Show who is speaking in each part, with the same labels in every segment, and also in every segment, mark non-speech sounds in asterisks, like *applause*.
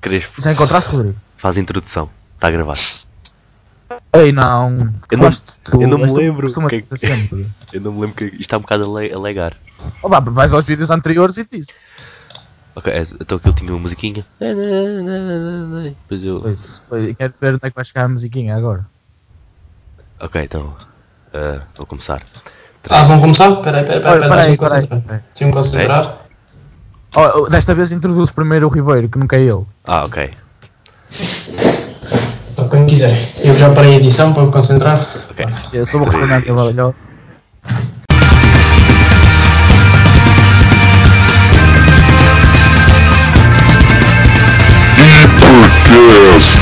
Speaker 1: Crespo.
Speaker 2: Já encontraste, Rodrigo?
Speaker 1: Faz a introdução. Está a gravar.
Speaker 2: Ei, não.
Speaker 1: Eu não-
Speaker 2: Foste tu,
Speaker 1: eu não me
Speaker 2: mas tu
Speaker 1: lembro
Speaker 2: costuma
Speaker 1: o que é que-
Speaker 2: fazer sempre.
Speaker 1: Eu não me lembro que. Isto está um bocado a, le- a legar.
Speaker 2: Olá, vais aos vídeos anteriores e diz.
Speaker 1: Ok, é, então aquilo tinha uma musiquinha. Depois eu.
Speaker 2: Pois, isso foi- Quero ver onde é que vai chegar a musiquinha agora.
Speaker 1: Ok, então. ah, vou começar.
Speaker 3: Ah, vão começar? Peraí, peraí, peraí,
Speaker 2: Olha,
Speaker 3: Ah, peraí, deixa-me
Speaker 2: peraí, peraí,
Speaker 3: concentrar.
Speaker 2: peraí.
Speaker 3: Deixa-me concentrar.
Speaker 2: Oh, oh, desta vez introduzo primeiro o Ribeiro, que nunca é ele.
Speaker 1: Ah, ok.
Speaker 3: Então, quem quiser. Eu já parei a edição para me concentrar.
Speaker 1: Ok.
Speaker 2: Eu sou é o Fernando Cavalho.
Speaker 4: Podcast.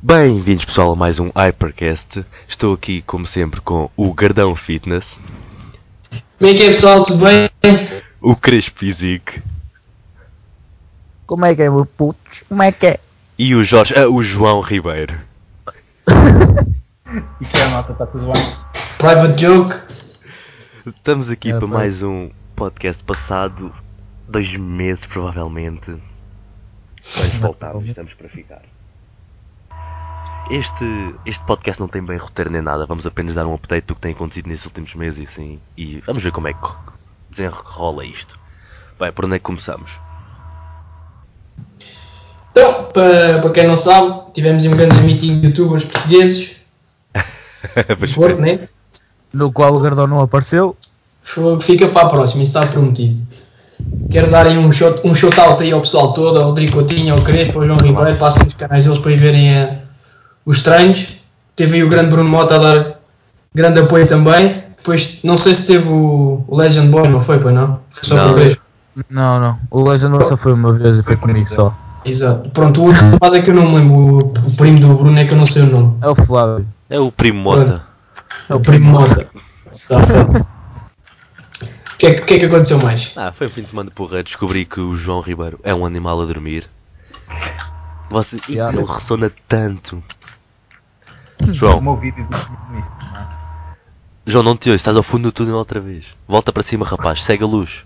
Speaker 1: Bem-vindos pessoal a mais um Hypercast. Estou aqui, como sempre, com o Gardão Fitness,
Speaker 3: Como é que é, pessoal? Tudo bem?
Speaker 1: o Crespo Physique
Speaker 2: Como é que é, meu puto? Como é que é?
Speaker 1: e o Jorge. ah, o João Ribeiro.
Speaker 3: Private joke.
Speaker 1: Estamos aqui
Speaker 2: É,
Speaker 1: para
Speaker 2: pá.
Speaker 1: mais um podcast passado dois meses provavelmente. Mas voltámos, estamos para ficar. Este, este podcast não tem bem roteiro nem nada, vamos apenas dar um update do que tem acontecido nesses últimos meses e assim. E vamos ver como é que desenrola isto. Bem, por onde é que
Speaker 2: *laughs*
Speaker 1: começamos?
Speaker 3: Então, para, para quem não sabe, tivemos um grande meeting de youtubers portugueses.
Speaker 1: Pois
Speaker 3: Do Porto, né?
Speaker 2: No qual o Gardão não apareceu.
Speaker 3: Fogo, Fica para a próxima, isso está prometido. Quero dar aí um shout um shout out aí ao pessoal todo, ao Rodrigo Coutinho, ao Crespo, ao João Ribeiro. Passem nos canais deles para aí verem eh, os estranhos. Teve aí o grande Bruno Mota a dar grande apoio também. Depois, não sei se teve o, o Legend Boy, não foi, pois não? Foi só
Speaker 1: Não.
Speaker 3: para o Crespo.
Speaker 2: Não, não. O Legend só foi uma vez e foi comigo só.
Speaker 3: Exato. Pronto, o outro rapaz é que eu não me lembro, o, o primo do Bruno é que eu não sei o nome.
Speaker 2: É o Flávio.
Speaker 1: É o Primo Mota.
Speaker 3: É o primo Mota. Tá, pronto. *laughs* O que, é, que- o que é que aconteceu mais?
Speaker 1: Ah, foi um fim de semana porra. Descobri que o João Ribeiro é um animal a dormir. Você...
Speaker 2: Yeah.
Speaker 1: Ele ressona tanto. João.
Speaker 5: é?
Speaker 1: João, não te ouço, estás ao fundo do túnel outra vez. Volta para cima, rapaz, segue a luz.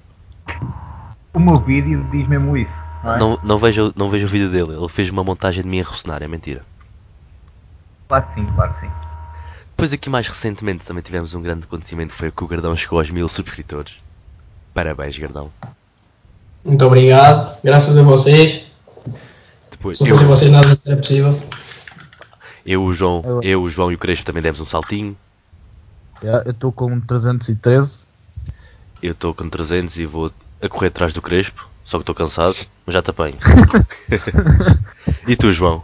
Speaker 5: O meu vídeo diz mesmo isso, não é?
Speaker 1: Não, não, vejo, não vejo o vídeo dele, ele fez uma montagem de mim a ressonar, é mentira.
Speaker 5: Claro que sim, claro que sim.
Speaker 1: Depois, aqui mais recentemente, também tivemos um grande acontecimento: foi que o Gardão chegou aos mil subscritores. Parabéns, Gardão.
Speaker 3: Muito obrigado, graças a vocês.
Speaker 1: Depois,
Speaker 3: Se não
Speaker 1: eu,
Speaker 3: fossem vocês nada disso era possível.
Speaker 1: eu, o João,
Speaker 2: Eu-
Speaker 1: eu, o João e o Crespo também demos um saltinho.
Speaker 2: É, Eu estou com 313.
Speaker 1: Eu estou com 300 e vou a correr atrás do Crespo, só que estou cansado, mas já te
Speaker 2: *laughs*
Speaker 1: apanho. e tu, João?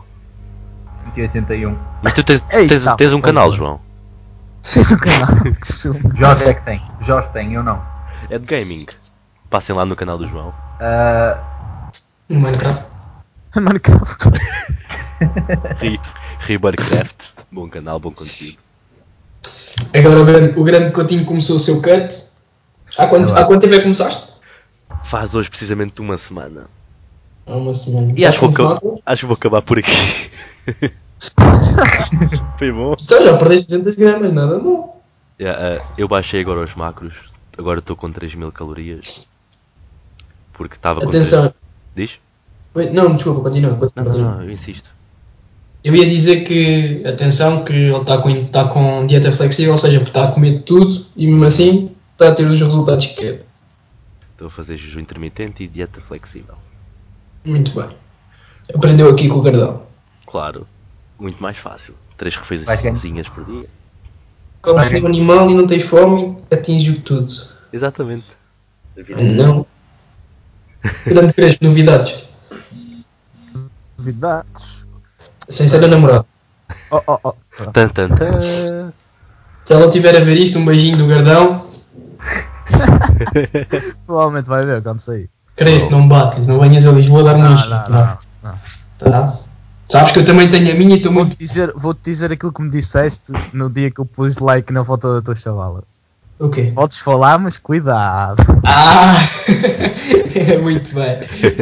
Speaker 5: 181.
Speaker 1: Mas tu tens,
Speaker 2: Ei,
Speaker 1: tens,
Speaker 2: tá,
Speaker 1: tens um
Speaker 2: tá,
Speaker 1: canal,
Speaker 2: tá.
Speaker 1: João.
Speaker 2: *laughs* Tens um canal. Que chuma.
Speaker 5: Jorge é que tem. Jorge tem, eu não.
Speaker 1: É de gaming. Passem lá no canal do João.
Speaker 5: Ah,
Speaker 3: No Minecraft.
Speaker 2: Minecraft.
Speaker 1: Ri- Ribercraft. Bom canal, bom conteúdo.
Speaker 3: Agora o grande, o grande Coutinho começou o seu cut. Há quanto, há quanto tempo é que começaste?
Speaker 1: Faz hoje precisamente uma semana.
Speaker 3: Há uma semana.
Speaker 1: E acho que vou, aca- acho que vou acabar por
Speaker 2: *laughs*
Speaker 1: aqui. Foi bom.
Speaker 3: Então já perdeste 200 gramas, nada bom.
Speaker 1: Yeah, uh, eu baixei agora os macros. Agora estou com 3000 calorias. Porque estava com.
Speaker 3: Atenção.
Speaker 1: 3... Diz?
Speaker 3: Oi, Não, desculpa, continua.
Speaker 1: Não,
Speaker 3: continua,
Speaker 1: não,
Speaker 3: continua.
Speaker 1: não, eu insisto.
Speaker 3: Eu ia dizer que, atenção, que ele está com, tá com dieta flexível, ou seja, está a comer tudo e mesmo assim está a ter os resultados que quer.
Speaker 1: Estou a fazer jejum intermitente e dieta flexível.
Speaker 3: Muito bem. Aprendeu aqui com o Gardão.
Speaker 1: Claro, muito mais fácil. Três
Speaker 5: Vai ganhar.
Speaker 1: refeições por dia.
Speaker 3: Comes um animal e não tens fome, atingiu tudo.
Speaker 1: Exatamente. A vida é-
Speaker 3: Não. Grande Crespo, novidades.
Speaker 2: Novidades.
Speaker 3: Sem ser a namorada.
Speaker 2: Oh, oh, oh.
Speaker 1: Tan, tan, tan.
Speaker 3: Se ela tiver a ver isto, um beijinho do Gardão.
Speaker 2: Provavelmente vai ver quando sair.
Speaker 3: Crespo, não bates, não venhas a Lisboa dar um
Speaker 2: Não,
Speaker 3: beijinho.
Speaker 2: não, não. não.
Speaker 3: Tá? Sabes que eu também tenho a minha e estou
Speaker 2: Vou-te
Speaker 3: muito.
Speaker 2: dizer, vou dizer aquilo que me disseste no dia que eu pus like na foto da tua chavala.
Speaker 3: O quê?
Speaker 2: Podes falar, mas cuidado. *laughs*
Speaker 3: Ah! *laughs* É muito bem.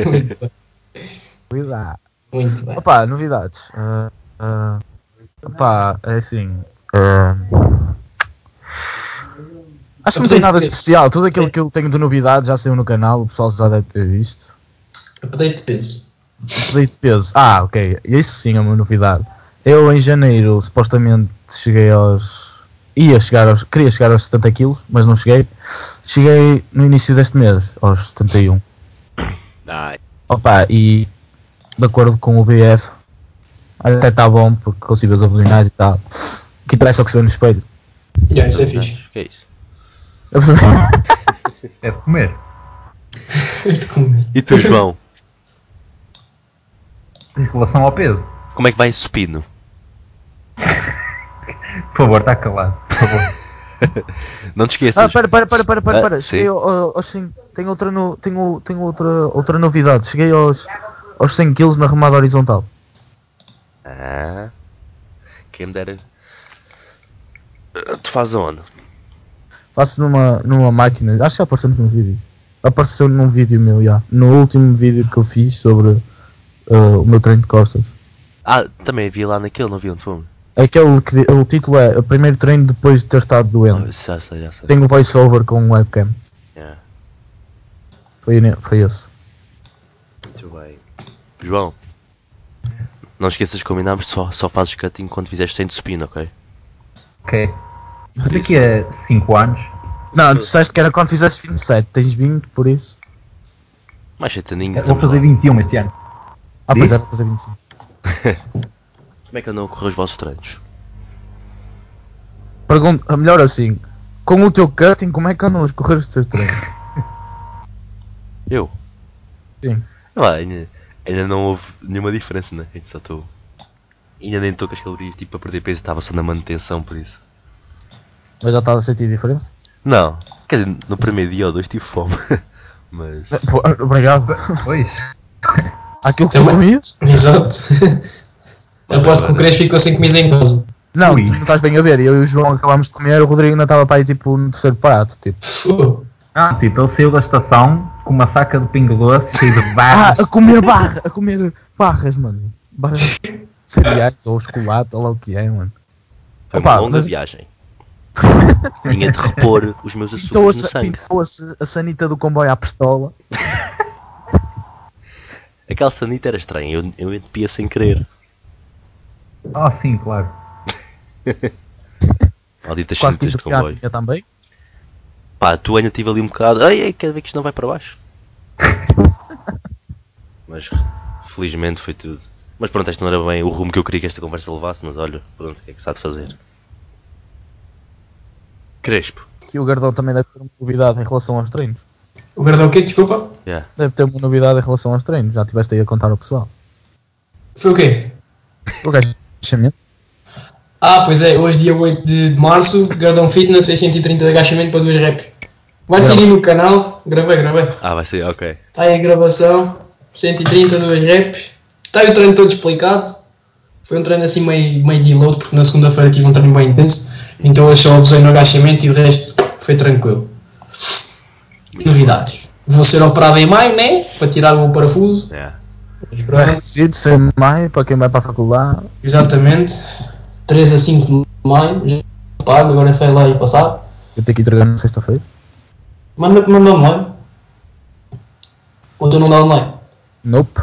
Speaker 3: Muito bem.
Speaker 2: Cuidado.
Speaker 3: Muito bem.
Speaker 2: Opa, novidades. Ah, ah, opá, é assim. ah, Acho que não tem nada especial. Tudo aquilo que eu tenho de novidade já saiu no canal, o pessoal já deve ter visto.
Speaker 3: Update de peso.
Speaker 2: Dei de peso. Ah, ok. Isso sim é uma novidade. Eu em janeiro supostamente cheguei aos. Ia chegar aos. Queria chegar aos 70 quilos, mas não cheguei. Cheguei no início deste mês, aos 71.
Speaker 1: Ai,
Speaker 2: Opa, e de acordo com o BF, até está bom porque consigo os abdominais e tal. O que interessa é o que se vê no espelho.
Speaker 3: Yeah, isso é fixe.
Speaker 1: que é isso?
Speaker 5: É de comer.
Speaker 3: De comer.
Speaker 1: E tu, João?
Speaker 5: Em relação ao peso.
Speaker 1: Como é que vai esse supino?
Speaker 5: Por favor, está calado. Por favor.
Speaker 1: Não te esqueças.
Speaker 2: *laughs* Ah, para, para, para, para, para,
Speaker 1: Ah,
Speaker 2: para.
Speaker 1: sim.
Speaker 2: Cheguei ao- ao- aos 100. Tenho outra, no, tenho, tenho outra, outra novidade. Cheguei aos, aos 100 kg na remada horizontal.
Speaker 1: Ah, quem me dera. Ah, Tu fazes onde?
Speaker 2: Faço numa, numa máquina. Acho que já aparecemos nos vídeos. Apareceu num vídeo meu, já. No último vídeo que eu fiz sobre ah, o meu treino de costas.
Speaker 1: Ah, também vi lá naquele, não vi onde fomos.
Speaker 2: Aquele que di- o título é O primeiro treino depois de ter estado
Speaker 1: Ah,
Speaker 2: doente.
Speaker 1: já sei, já sei.
Speaker 2: Tenho um voiceover com um webcam.
Speaker 1: É,
Speaker 2: Foi, ne- foi esse.
Speaker 1: muito bem. João, não esqueças que combinámos, só, só fazes cutting quando fizeres 100 de supino, ok?
Speaker 5: ok. Daqui a 5 anos.
Speaker 2: Não, tu disseste que era quando fizesse 27. Tens 20 por isso.
Speaker 1: Mais chataninho.
Speaker 5: Vou
Speaker 1: estamos
Speaker 5: fazer
Speaker 1: lá.
Speaker 5: 21 este ano.
Speaker 2: Ah, pois
Speaker 5: Diz?
Speaker 2: é, para fazer 25.
Speaker 1: Como é que andam a correr os vossos treinos?
Speaker 2: Pergunta, melhor assim. Com o teu cutting, como é que andam a correr os teus treinos?
Speaker 1: Eu?
Speaker 2: Sim.
Speaker 1: Sei lá, ainda, ainda não houve nenhuma diferença, né? Ainda só estou. Ainda nem estou com as calorias, tipo, a perder peso, estava só na manutenção por isso.
Speaker 2: Mas já estás a sentir diferença?
Speaker 1: Não, quer dizer, no primeiro dia ou dois tive fome. *laughs* Mas.
Speaker 2: Pô, Obrigado.
Speaker 5: Pois.
Speaker 2: Aquilo que tu
Speaker 3: Também-
Speaker 2: comias?
Speaker 3: Exato. Aposto que o Crespo ficou sem comida em casa.
Speaker 2: Não,
Speaker 5: Ui.
Speaker 2: tu não estás bem a ver. Eu e o João acabámos de comer, o Rodrigo ainda estava para aí tipo no terceiro prato. Tipo.
Speaker 3: Fogo.
Speaker 5: Ah, tipo, ele saiu da estação com uma saca de pingo doce cheio de
Speaker 2: Ah,
Speaker 5: barras.
Speaker 2: a comer barra, a comer barras, mano. Barras de cereais ou chocolate, ou lá o que é, mano.
Speaker 1: Foi
Speaker 2: Opa,
Speaker 1: uma longa
Speaker 2: mas-
Speaker 1: viagem. Tinha de repor os meus
Speaker 2: Pintou a,
Speaker 1: açúcares no
Speaker 2: sa-
Speaker 1: sangue.
Speaker 2: pintou a, sa- a sanita do comboio à pistola.
Speaker 1: Aquela sanita era estranha, eu, eu entupia sem querer.
Speaker 5: Ah, sim, claro.
Speaker 1: Malditas
Speaker 2: Quase que
Speaker 1: sanitas de
Speaker 2: entupiá a
Speaker 1: comboio.
Speaker 2: minha também.
Speaker 1: Pá, tu ainda tive ali um bocado. Ai, ai, quero ver que isto não vai para
Speaker 2: *laughs*
Speaker 1: baixo. mas felizmente foi tudo. Mas pronto, este não era bem o rumo que eu queria que esta conversa levasse, mas olha, pronto, o que é que se há de fazer? Crespo.
Speaker 2: Que o Gardão também deve ter uma novidade em relação aos treinos.
Speaker 3: O guardou o quê? Desculpa.
Speaker 1: Yeah.
Speaker 2: Deve ter uma novidade em relação aos treinos. Já estiveste aí a contar ao pessoal.
Speaker 3: Foi o quê?
Speaker 2: O gajo chamamento.
Speaker 3: Ah, pois é, hoje dia 8 de de março, Gardão Fitness fez 130 de agachamento para duas reps. Vai seguir no canal, gravei, gravei. Está
Speaker 1: Ah, vai ser, ok.
Speaker 3: aí a gravação, 130, duas reps. Está aí o treino todo explicado. Foi um treino assim meio, meio de load, porque na segunda-feira tive um treino bem intenso. Então hoje só abusei no agachamento e o resto foi tranquilo. Novidades. Vou ser operado em maio, né? Para tirar o parafuso.
Speaker 1: Yeah.
Speaker 3: Mas
Speaker 2: Não é
Speaker 3: pronto.
Speaker 2: requisito ser maio para quem vai para a faculdade.
Speaker 3: Exatamente. 3 a 5 de maio, já pago, agora sai lá e passar.
Speaker 2: Eu tenho que entregar na sexta-feira.
Speaker 3: Manda para uma mamãe. O teu nome da online.
Speaker 2: Nope.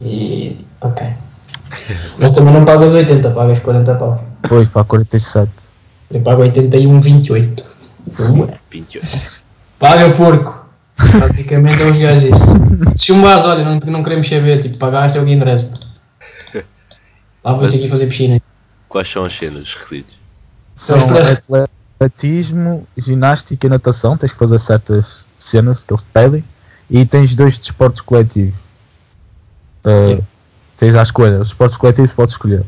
Speaker 3: E. Ok. Mas também não pagas 80, pagas 40 pau.
Speaker 2: Pois, para 47.
Speaker 3: Eu pago 81,28.
Speaker 1: Pinto.
Speaker 3: Paga porco! Praticamente é os gajos isso. Se chumbás, olha, não, não queremos saber, tipo, pagaste é o que interessa. Lá vou ter que ir fazer piscina.
Speaker 1: Quais são as cenas, os requisitos?
Speaker 2: São
Speaker 3: Mas para-
Speaker 2: atletismo, ginástica e natação. Tens que fazer certas cenas que eles te pedem. E tens dois desportos coletivos. Uh, tens à escolha. Os desportos coletivos podes escolher.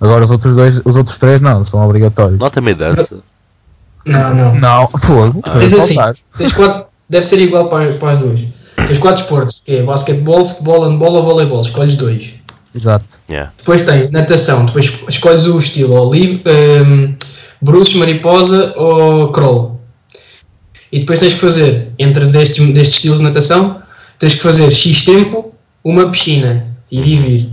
Speaker 2: Agora os outros dois, os outros três não, são obrigatórios.
Speaker 1: Nota meio dança.
Speaker 3: Não, não.
Speaker 2: Não, fogo.
Speaker 1: Ah.
Speaker 2: não
Speaker 3: Mas
Speaker 2: ia
Speaker 3: assim,
Speaker 2: faltar.
Speaker 3: tens quatro, deve ser igual para, para as duas. Tens quatro esportes, que é basquetebol, futebol, handball ou voleibol. Escolhes dois.
Speaker 2: Exato.
Speaker 1: Yeah.
Speaker 3: Depois tens natação, depois escolhes o estilo, ou livre, ehm, bruços, mariposa ou crawl. E depois tens que fazer, entre destes, destes estilos de natação, tens que fazer X tempo, uma piscina, ir e vir.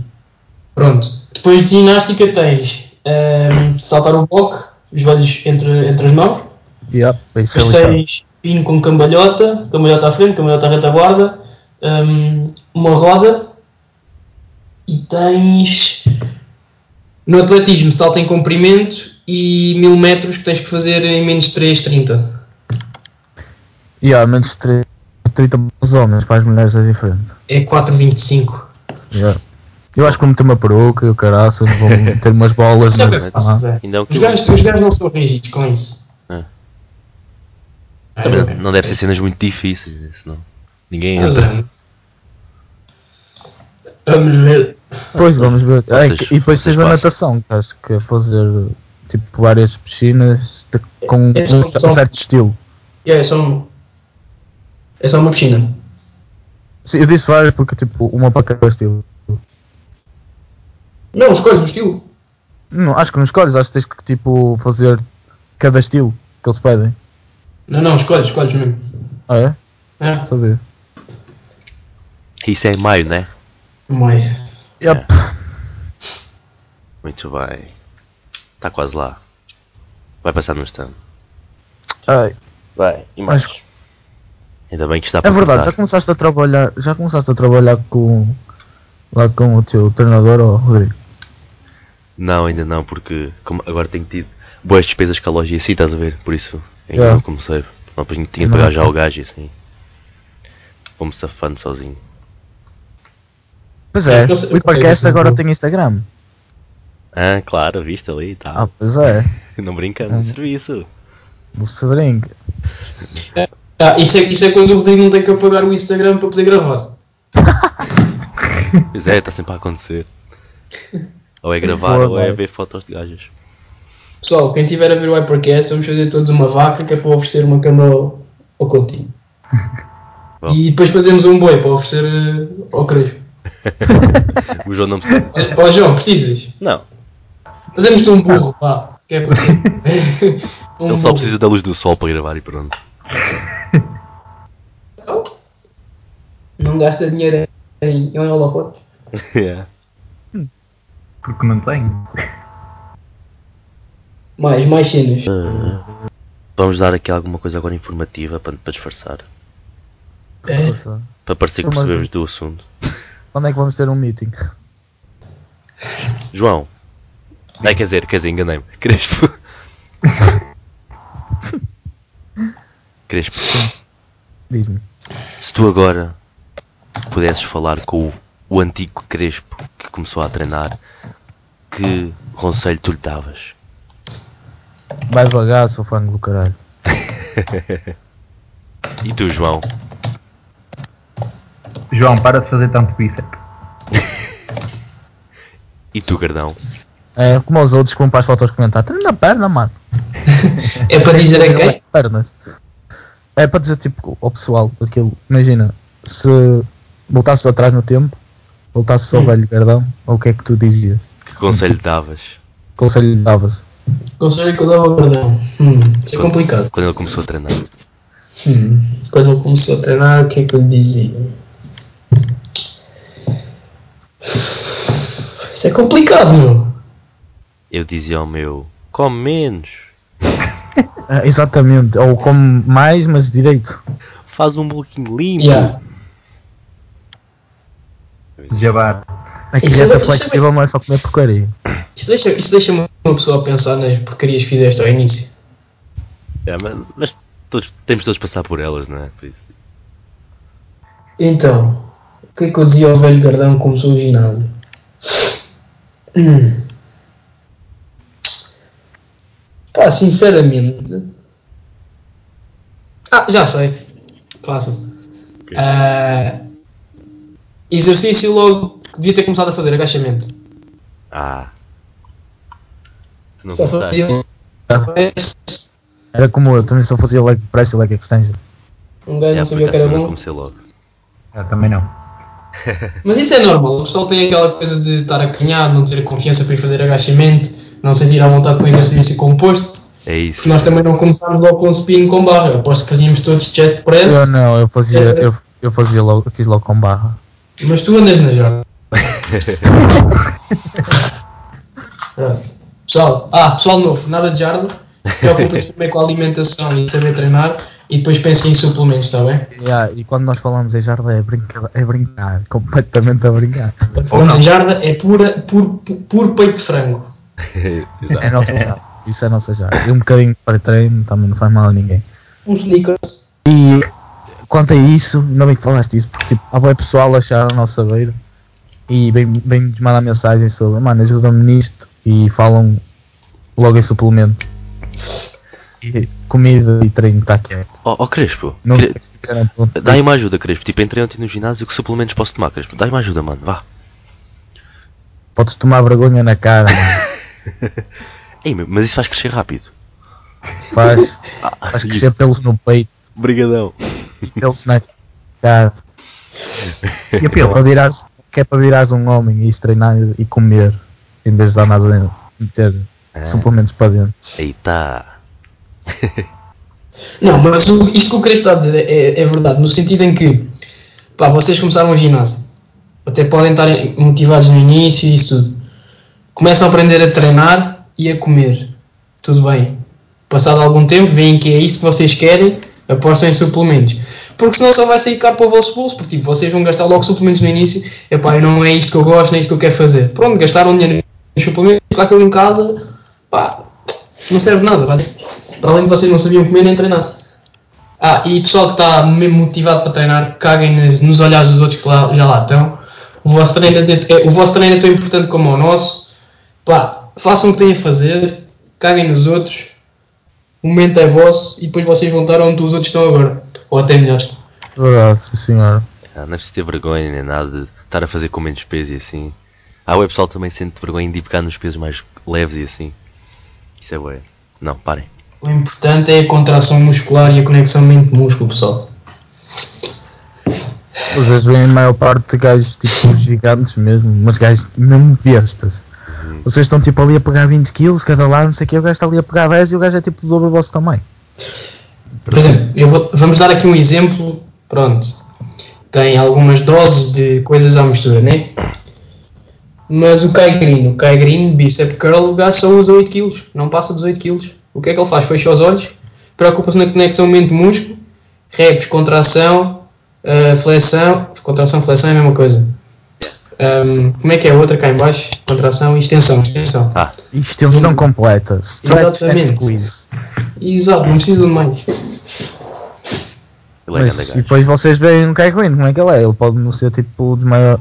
Speaker 3: Pronto. Depois de ginástica tens ehm, saltar o bloco, os joelhos entre, entre as mãos,
Speaker 2: Yeah, isso é
Speaker 3: Depois
Speaker 2: lixado.
Speaker 3: tens pino com cambalhota, cambalhota à frente, cambalhota à retaguarda, hum, uma roda e tens no atletismo salto em comprimento e mil metros que tens que fazer em menos 3,30.
Speaker 2: Yeah, menos 3, 30 para os homens, para as mulheres é diferente.
Speaker 3: É 4,25.
Speaker 2: Yeah. Eu acho que vou meter uma peruca e o caraço, vou meter umas bolas.
Speaker 3: Isso é o que
Speaker 2: Mas, tá
Speaker 3: eu faço, Zé.
Speaker 1: Ainda é um
Speaker 3: Os
Speaker 1: quilo.
Speaker 3: gajos, os gajos não são rígidos com isso.
Speaker 1: É.
Speaker 3: É,
Speaker 1: Também
Speaker 3: ok.
Speaker 1: não deve ser cenas muito difíceis, senão ninguém
Speaker 3: Mas
Speaker 1: entra.
Speaker 3: é. Vamos ver.
Speaker 2: Depois vamos ver. Ah, e que- e depois
Speaker 1: vocês
Speaker 2: tens a
Speaker 1: fazem.
Speaker 2: natação, que acho que é fazer tipo várias piscinas de- com
Speaker 3: Esses
Speaker 2: um
Speaker 3: são-
Speaker 2: certo estilo.
Speaker 3: Yeah, é, só um- é só uma piscina.
Speaker 2: Sim, Eu disse várias porque tipo uma para cada estilo.
Speaker 3: Não, escolhes o estilo.
Speaker 2: Não, acho que não escolhes, acho que tens que tipo fazer cada estilo que eles pedem.
Speaker 3: Não, não, escolhes, escolhes mesmo.
Speaker 2: Ah é?
Speaker 3: É.
Speaker 2: Sabia.
Speaker 1: Isso é em maio, né?
Speaker 3: Mãe.
Speaker 1: É.
Speaker 2: Yep.
Speaker 1: Muito bem. Está quase lá. Vai passar no stand.
Speaker 2: Ai,
Speaker 1: Vai, e
Speaker 2: mais? Acho-
Speaker 1: Ainda bem que está
Speaker 2: É
Speaker 1: para
Speaker 2: verdade, já
Speaker 1: contar.
Speaker 2: começaste a trabalhar, já começaste a trabalhar com lá com o teu treinador ou Rodrigo.
Speaker 1: Não, ainda não, porque como agora tenho tido boas despesas com a loja e assim, estás a ver? Por isso ainda
Speaker 2: Yeah.
Speaker 1: não comecei. Não, depois tinha de
Speaker 2: Não.
Speaker 1: pagar já o gajo e assim. Vou-me safando sozinho.
Speaker 2: Pois é,
Speaker 3: Eu sei- eu
Speaker 2: o Hipercast
Speaker 3: sei, eu sei.
Speaker 2: agora tem Instagram.
Speaker 1: Ah, claro, viste ali e
Speaker 2: Ah,
Speaker 1: tal.
Speaker 2: pois é,
Speaker 1: Não brincando,
Speaker 2: Ah.
Speaker 1: serviço.
Speaker 2: não se brinca.
Speaker 3: Ah, isso é, isso é quando o Rodrigo não tem que apagar o Instagram para poder gravar.
Speaker 1: Pois é, está sempre a acontecer. Ou é gravar
Speaker 2: Boa,
Speaker 1: ou é
Speaker 2: nice.
Speaker 1: ver fotos de gajos.
Speaker 3: Pessoal, quem tiver a ver o Hypercast, vamos fazer todos uma vaca que é para oferecer uma cama ao, ao Coutinho.
Speaker 1: Bom.
Speaker 3: E depois fazemos um boi para oferecer eh, ao Crespo.
Speaker 1: O João não precisa.
Speaker 3: Ó oh, João, precisas?
Speaker 1: Não,
Speaker 3: Fazemos-te um burro, pá. Que é para ser. um
Speaker 1: *laughs* ele só
Speaker 3: burro.
Speaker 1: precisa da luz do sol para gravar e pronto. *laughs*
Speaker 3: Não gasta dinheiro em, em holofotes.
Speaker 1: Yeah.
Speaker 5: Porque não tenho.
Speaker 3: Mais, mais cenas.
Speaker 1: Ah. Vamos dar aqui alguma coisa agora informativa para, para disfarçar.
Speaker 3: É.
Speaker 2: Força.
Speaker 1: Para parecer que
Speaker 2: Como assim?
Speaker 1: percebemos do assunto.
Speaker 2: Quando é que vamos ter um meeting?
Speaker 1: João. Ai, quer dizer, quer dizer, enganei-me. Crespo. Crespo,
Speaker 2: Diz-me.
Speaker 1: se tu agora pudesses falar com o, o antigo Crespo que começou a treinar, que conselho tu lhe davas?
Speaker 2: Vai devagar, seu frango do caralho.
Speaker 1: E tu, João?
Speaker 5: João, para de fazer tanto bíceps.
Speaker 1: E tu, Gardão?
Speaker 2: É como os outros que vão para as fotos comentar. Treina a perna, mano.
Speaker 3: É para dizer a
Speaker 2: Treina as
Speaker 3: quem?
Speaker 2: pernas. É para dizer tipo ao pessoal aquilo. Imagina, se voltasses atrás no tempo, voltasses ao velho Gardão, ou o que é que tu dizias?
Speaker 1: Que conselho lhe davas
Speaker 2: Que Conselho lhe davas?
Speaker 3: Conselho que eu dava ao Gordão. Hum, isso é complicado.
Speaker 1: quando ele começou a treinar?
Speaker 3: Hum, Quando ele começou a treinar, o que é que eu lhe dizia? Isso é complicado, meu.
Speaker 1: Eu dizia ao meu, come menos,
Speaker 2: Ah, exatamente, ou como mais, mas direito.
Speaker 1: faz um bloquinho limpo.
Speaker 3: Yeah.
Speaker 5: Jabar.
Speaker 2: A
Speaker 3: Isso é-
Speaker 2: dieta
Speaker 3: isso é-
Speaker 2: flexível não é só comer porcaria.
Speaker 3: Isso deixa- isso deixa-me uma pessoa a pensar nas porcarias que fizeste ao início.
Speaker 1: É, mas mas todos, temos todos de passar por elas, não é? Por isso.
Speaker 3: Então, o que é que eu dizia ao velho Gardão que começou o ginásio? Hum. Pá, sinceramente. Ah, já sei. Fácil. Ah, exercício logo que devia ter começado a fazer, agachamento.
Speaker 1: Ah. Tu não
Speaker 3: Só
Speaker 1: gostaste?
Speaker 3: fazia
Speaker 1: Ah.
Speaker 3: um press,
Speaker 2: Era como eu, também só fazia leg press e leg extension.
Speaker 3: um gajo
Speaker 1: Já,
Speaker 3: não
Speaker 1: por
Speaker 3: sabia o
Speaker 1: acaso,
Speaker 3: que era
Speaker 1: também
Speaker 3: bom.
Speaker 1: comecei logo.
Speaker 5: Ah, também não.
Speaker 3: Mas isso é normal, o pessoal tem aquela coisa de estar acanhado, não ter confiança para ir fazer agachamento, não sentir à vontade com o exercício composto.
Speaker 1: É isso.
Speaker 3: Porque nós também não começámos logo com spin com barra. Eu aposto que fazíamos todos chest press,
Speaker 2: Eu não, eu fazia, eu, eu fazia logo, eu fiz logo com barra.
Speaker 3: mas tu andas na jarda. Pronto. Pessoal, ah, pessoal novo, nada de jarda. Preocupa-se primeiro com a alimentação e saber treinar e depois pensa em suplementos, está bem?
Speaker 2: Yeah, e quando nós falamos em jarda é brincar, é brincar, completamente a brincar.
Speaker 3: Vamos em jarda, é pura, puro, pu- puro peito de frango.
Speaker 2: É
Speaker 1: *laughs* Exato.
Speaker 2: nossa jarda. Isso é nossa jarda. E um bocadinho de pré-treino também não faz mal a ninguém.
Speaker 3: Uns licas.
Speaker 2: E quanto a isso, não bem que falaste isso, porque tipo, há boa pessoal a achar a nossa beira e bem, bem nos mandar mensagem sobre, mano, ajuda-me nisto e falam logo em suplemento. E comida e treino está quieto.
Speaker 1: Ó ó, Oh, Crespo,
Speaker 2: Não
Speaker 1: queria-
Speaker 2: quero-
Speaker 1: dá-me uma ajuda, Crespo. Tipo, entrei ontem no ginásio, que suplementos posso tomar, Crespo? Dá-me uma ajuda, mano, vá.
Speaker 2: Podes tomar vergonha na cara, mano.
Speaker 1: Ei, meu, mas isso faz crescer rápido. Ah,
Speaker 2: Faz,
Speaker 1: *laughs*
Speaker 2: faz crescer pelos no peito,
Speaker 1: Brigadão.
Speaker 2: pelos na cara.
Speaker 5: E a
Speaker 2: Que é para
Speaker 5: pila?
Speaker 2: virares, que é para virares um homem e isso treinar e comer em vez de dar nada a meter suplementos para dentro.
Speaker 1: Aí tá.
Speaker 3: Não, mas o- isto que o Crespo está a dizer é, é verdade, no sentido em que pá, vocês começaram o ginásio, até podem estar motivados no início e isso tudo. Começam a aprender a treinar e a comer. Tudo bem. Passado algum tempo, veem que é isso que vocês querem, apostam em suplementos. Porque senão só vai sair caro para o vosso bolso, porque tipo, vocês vão gastar logo suplementos no início. Epá, não é isto que eu gosto, nem é isto que eu quero fazer. Pronto, gastaram dinheiro em suplementos, com aquilo em casa, pá, não serve de nada. basicamente. Para além de vocês não sabiam comer nem treinar. Ah, e pessoal que está mesmo motivado para treinar, caguem nas- nos olhares dos outros que lá- já lá estão. O vosso treino é, tanto- é- o vosso treino é tão importante como o nosso. Pá, façam o que têm a fazer, caguem nos outros. O momento é vosso e depois vocês vão estar onde os outros estão agora. Ou até melhores.
Speaker 2: Verdade, sim senhora.
Speaker 1: Ah, não é preciso ter vergonha nem nada de estar a fazer com menos peso e assim. Ah, o pessoal também sente vergonha de ir pegar nos pesos mais leves e assim. Isso é bué. Não, parem.
Speaker 3: O importante é a contração muscular e a conexão mente-músculo, pessoal.
Speaker 2: Vocês veem a maior parte de gajos tipo gigantes mesmo, mas gajos mesmo bestas. Vocês estão tipo ali a pegar 20 kg cada lado, não sei o que, o gajo está ali a pegar 10 e o gajo é tipo sobre o vosso tamanho.
Speaker 3: Por exemplo, eu vou- vamos dar aqui um exemplo. Pronto, tem algumas doses de coisas à mistura, né? Mas o Kai Green, o Kai Green, bicep curl, o gajo só usa 8 kg, não passa dos 8 kg. O que é que ele faz? Fecha os olhos, preocupa-se na conexão mente-músculo, reps, contração, ah, flexão. Contração, flexão é a mesma coisa. Ahm, como é que é a outra cá em baixo? Contração e extensão, extensão.
Speaker 2: E extensão completa, stretch
Speaker 3: Exatamente.
Speaker 2: and squeeze.
Speaker 3: Exato, não precisa de mais.
Speaker 1: Ele é
Speaker 2: Mas,
Speaker 1: grande
Speaker 2: e
Speaker 1: gajo.
Speaker 2: depois vocês veem o Kai Green, como é que ele é? Ele pode não ser tipo dos, maior,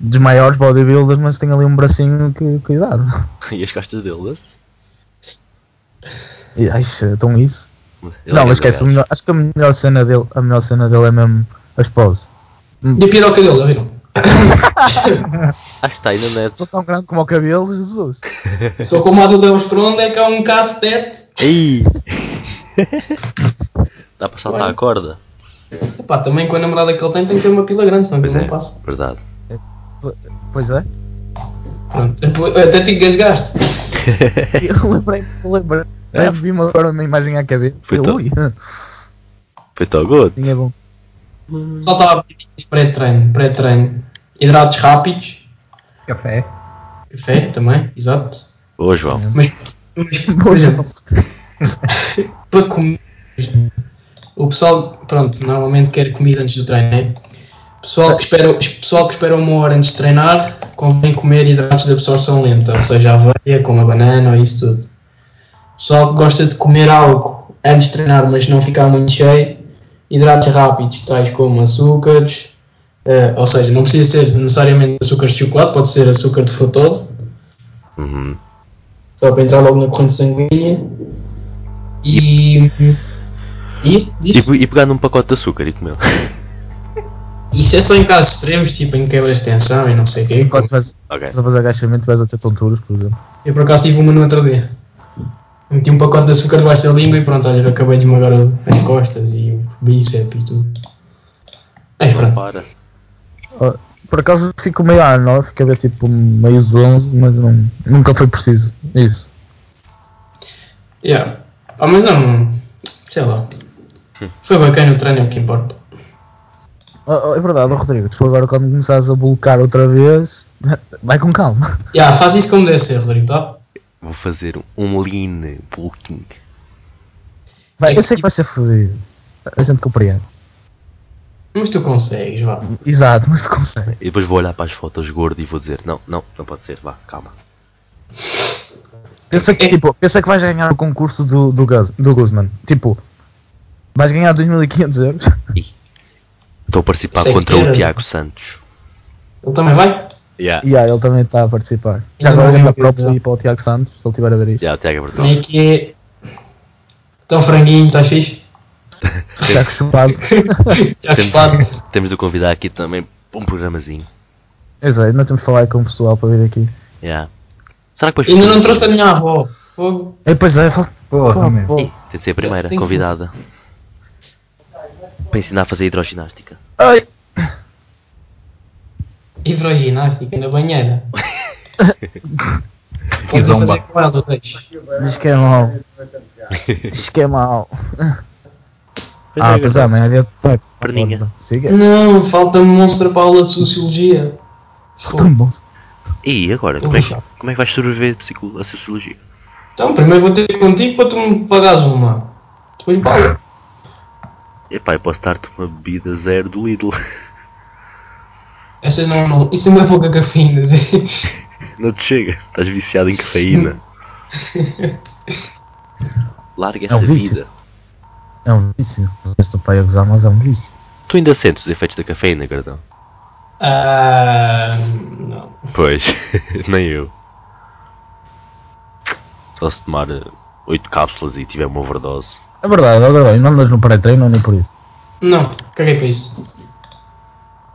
Speaker 2: dos maiores bodybuilders, mas tem ali um bracinho que é? cuidado.
Speaker 1: *laughs* E as costas dele, esse?
Speaker 2: E, ai, então isso.
Speaker 1: Ele é
Speaker 2: não,
Speaker 1: grande
Speaker 2: mas esquece, o
Speaker 1: gajo.
Speaker 2: melhor- acho que a melhor cena dele, a melhor cena dele é mesmo as poses.
Speaker 3: E a piroca dele, já viram?
Speaker 1: Ah, está aí na net.
Speaker 2: Sou tão grande como o cabelo, Jesus.
Speaker 3: Só como a do Deus Trondo é que há um cacetete.
Speaker 1: *laughs* Ei! Dá para saltar a corda.
Speaker 3: Epá, também com a namorada que ele tem, tem que ter uma pila grande, senão
Speaker 1: Pois
Speaker 3: aquilo
Speaker 1: é,
Speaker 3: não passa.
Speaker 1: verdade.
Speaker 2: Pois é. *laughs*
Speaker 3: Pronto. Eu Até te engasgaste.
Speaker 2: Eu lembrei, eu lembrei.
Speaker 1: É.
Speaker 2: É. Vi-me agora uma imagem à cabeça.
Speaker 1: Foi
Speaker 2: Eu,
Speaker 1: tão-
Speaker 2: Ui, *laughs*
Speaker 1: Feito ao goto.
Speaker 2: tinha bom.
Speaker 3: Só estava a pedir dicas pré-treino, pré-treino. Hidratos rápidos,
Speaker 5: Café.
Speaker 3: café também, exato.
Speaker 1: Ô, João.
Speaker 3: Mas, mas por
Speaker 2: *laughs* Pois é.
Speaker 3: exemplo, para comer, o pessoal, pronto, normalmente quer comida antes do treino, né? Pessoal que espera, pessoal que espera uma hora antes de treinar, convém comer hidratos de absorção lenta, ou seja, aveia, como a banana, ou isso tudo. Pessoal que gosta de comer algo antes de treinar, mas não ficar muito cheio, hidratos rápidos, tais como açúcares, eh, ou seja, não precisa ser necessariamente açúcar de chocolate, pode ser açúcar de frutose,
Speaker 1: Uhum.
Speaker 3: só para entrar logo na corrente sanguínea. E. E,
Speaker 1: E,
Speaker 3: diz,
Speaker 1: e pegar num pacote de açúcar e comer. *laughs*
Speaker 3: isso é só em casos extremos, tipo em quebras de tensão e não sei o quê.
Speaker 2: Enquanto vais
Speaker 1: Ok.
Speaker 2: vais a fazer agachamento, vais até tonturas, por exemplo.
Speaker 3: Eu por acaso tive uma no outro dia. Meti um pacote de açúcar debaixo da língua e pronto, olha, acabei de esmagar o- as costas e o bíceps e tudo. Mas
Speaker 1: Não
Speaker 3: pronto,
Speaker 1: para.
Speaker 2: Por acaso fico meio à nó, fico a ver tipo meio 11, mas não, nunca foi preciso. Isso.
Speaker 3: yeah. Ah, mas não, sei lá. Foi bacana o treino, é o que importa.
Speaker 2: Oh, oh, é verdade, oh, Rodrigo, tu agora quando começares a blocar outra vez, *laughs* vai com calma.
Speaker 3: Yeah, faz isso como deve ser, Rodrigo, tá?
Speaker 1: Vou fazer um lean bulking.
Speaker 3: É
Speaker 2: Bem, eu sei que vai ser fodido. A gente compreende.
Speaker 3: Mas tu consegues, vá.
Speaker 2: Exato, mas tu consegue.
Speaker 1: E depois vou olhar para as fotos gordo e vou dizer: Não, não, não pode ser, vá, calma.
Speaker 2: Pensa que, tipo, pensa que vais ganhar o concurso do, do, Guz, do Guzman. Tipo, vais ganhar 2.500 euros.
Speaker 1: Estou a participar
Speaker 3: Sei que
Speaker 1: contra o
Speaker 3: eras.
Speaker 1: Tiago Santos.
Speaker 3: Ele também vai?
Speaker 1: Yeah.
Speaker 2: E yeah, ele também está a participar. Já
Speaker 3: Ainda
Speaker 2: agora
Speaker 3: não vi
Speaker 2: ganha
Speaker 3: o
Speaker 2: props
Speaker 3: vídeo.
Speaker 2: aí para o Tiago Santos, se ele estiver a ver isto.
Speaker 1: Yeah, o Tiago é brutal.
Speaker 3: Nem que Tão franguinho, estás fixe? Tá
Speaker 2: Já acostumado.
Speaker 3: Já
Speaker 1: Temos-
Speaker 3: chupado.
Speaker 1: Temos de o convidar aqui também para um programazinho.
Speaker 2: Exato, é, ainda temos de falar com o pessoal para vir aqui.
Speaker 1: Yeah. Será que depois.
Speaker 3: Ainda não trouxe a minha avó. Fogo.
Speaker 2: E, pois é, fal-
Speaker 5: Porra,
Speaker 2: pô,
Speaker 5: meu.
Speaker 2: pô.
Speaker 1: Tem de ser a primeira,
Speaker 3: Tem que-
Speaker 1: convidada. Para ensinar a fazer hidroginástica.
Speaker 2: Ai,
Speaker 3: Hidroginástica na banheira.
Speaker 5: E
Speaker 3: Podes ir
Speaker 5: zomba.
Speaker 3: fazer com ela, deixa.
Speaker 2: diz que é mau. Diz que é mau. Ah, pois é, amanhã é dia de pai.
Speaker 1: Perninha.
Speaker 2: Siga.
Speaker 3: Não, falta-me monstra para a aula de Sociologia.
Speaker 2: Tão bom.
Speaker 1: E agora?
Speaker 3: Tô
Speaker 1: Como é, que,
Speaker 3: lixado.
Speaker 1: como é que vais sobreviver a psico- a sociologia?
Speaker 3: Então, primeiro vou ter contigo para tu me pagares uma. Depois paga.
Speaker 1: Epá, eu posso dar-te uma bebida zero do Lidl. *laughs*
Speaker 3: Essas não, não. Isso não é pouca cafeína.
Speaker 1: Não te chega. Estás viciado em cafeína. Larga
Speaker 2: É
Speaker 1: essa
Speaker 2: um vício.
Speaker 1: vida.
Speaker 2: É um vício. Este pai a gozar, mas é um vício.
Speaker 1: Tu ainda sentes os efeitos da cafeína, gardão?
Speaker 3: Ah. Não.
Speaker 1: Pois, *laughs* nem eu. Só se tomar 8 cápsulas e tiver uma overdose.
Speaker 2: É verdade, é verdade. Não andas no pré-treino nem por isso.
Speaker 3: Não, caguei para isso.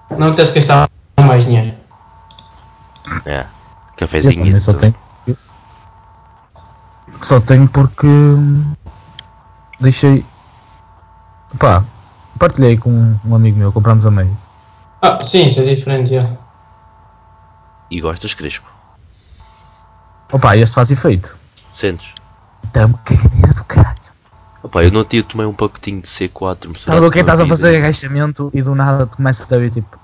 Speaker 3: Não acontece gastar mais dinheiro.
Speaker 1: É.
Speaker 2: Eu
Speaker 1: Cafezinho.
Speaker 2: também só tenho. Só tenho porque. hum, Deixei. Pá, partilhei com um amigo meu, compramos a meio.
Speaker 3: Ah, sim, isso é diferente, já.
Speaker 1: E gostas crespo.
Speaker 2: Opa, este faz efeito. um
Speaker 1: Sentes?
Speaker 2: Dá-me cagadinha do caralho.
Speaker 1: Opa, eu não tinha tomei um pacotinho de C4 misturado
Speaker 2: Sabe o que
Speaker 1: com
Speaker 2: Tá estás a
Speaker 1: bebida.
Speaker 2: fazer agachamento e do nada te começas a ver tipo.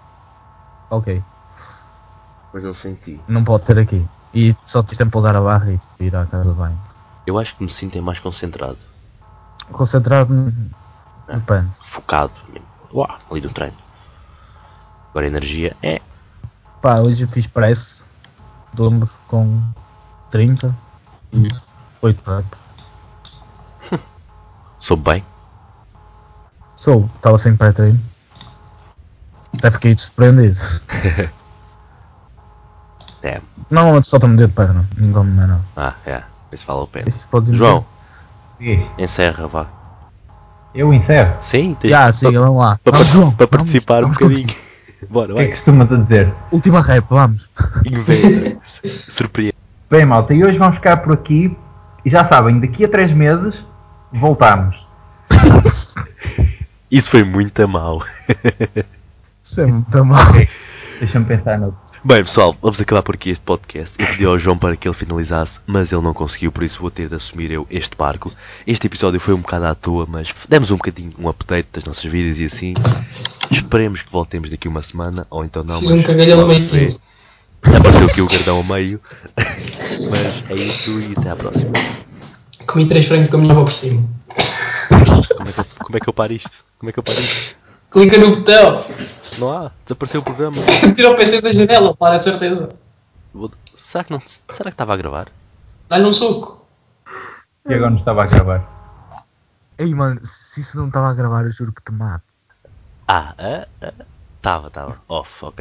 Speaker 2: Ok,
Speaker 1: Mas não senti.
Speaker 2: não pode ter aqui. E só tens tempo para usar a barra e tipo, ir à casa de banho.
Speaker 1: Eu acho que me sinto é mais concentrado.
Speaker 2: Concentrar-me no pano.
Speaker 1: Focado. mesmo. Uau, ali do treino. Agora a energia é.
Speaker 2: Pá, hoje fiz press de ombros com 30
Speaker 1: Uhum.
Speaker 2: e 8 reps.
Speaker 1: Soube bem.
Speaker 2: Sou, estava sem pré-treino. Até fiquei surpreendido.
Speaker 1: É.
Speaker 2: Normalmente só tomo dedo de perna, não como não.
Speaker 1: Ah, é. Isso vale a pena.
Speaker 2: Isso pode dizer-
Speaker 1: João,
Speaker 5: Diz,
Speaker 1: encerra, vá.
Speaker 5: Eu encerro.
Speaker 1: Sim, tens
Speaker 2: Já, siga, vamos lá.
Speaker 1: para,
Speaker 2: vamos, João.
Speaker 1: para
Speaker 2: vamos,
Speaker 1: participar
Speaker 2: vamos
Speaker 1: um bocadinho. *laughs* Bora,
Speaker 5: O que é que
Speaker 1: vai.
Speaker 5: costumas a dizer?
Speaker 2: continuar. Última rap, vamos.
Speaker 1: Inventa. Surpreende.
Speaker 5: Bem, malta, e hoje vamos ficar por aqui. E já sabem, daqui a três meses voltamos.
Speaker 1: Isso foi muito mal.
Speaker 2: Sempre *laughs* tão mal.
Speaker 5: Deixa-me pensar no.
Speaker 1: Bem, pessoal, vamos acabar por aqui este podcast. Eu pedi ao João para que ele finalizasse, mas ele não conseguiu, por isso vou ter de assumir eu este barco. Este episódio foi um bocado à toa, mas demos um bocadinho um update das nossas vidas e assim. Esperemos que voltemos daqui uma semana, ou então não,
Speaker 3: Fiz
Speaker 1: mas
Speaker 3: um cagalhão
Speaker 1: logo
Speaker 3: meio
Speaker 1: se vê. Apareceu aqui o gardão ao meio. *laughs* mas é isso e até à próxima.
Speaker 3: Comi três frangos com a minha avó por cima.
Speaker 1: Como é que eu, como é que eu paro isto? Como é que eu paro isto?
Speaker 3: Clica no botão. *laughs*
Speaker 1: Não há, desapareceu o programa.
Speaker 3: Tira o PC da janela, para de certeza.
Speaker 1: Vou- será que não. Será que estava a gravar?
Speaker 3: Dá-lhe um soco.
Speaker 5: E agora é não estava a gravar.
Speaker 2: Ei, mano, se isso não estava a gravar, eu juro que te mato.
Speaker 1: Ah, ah, ah. Tava, tava. Off, ok.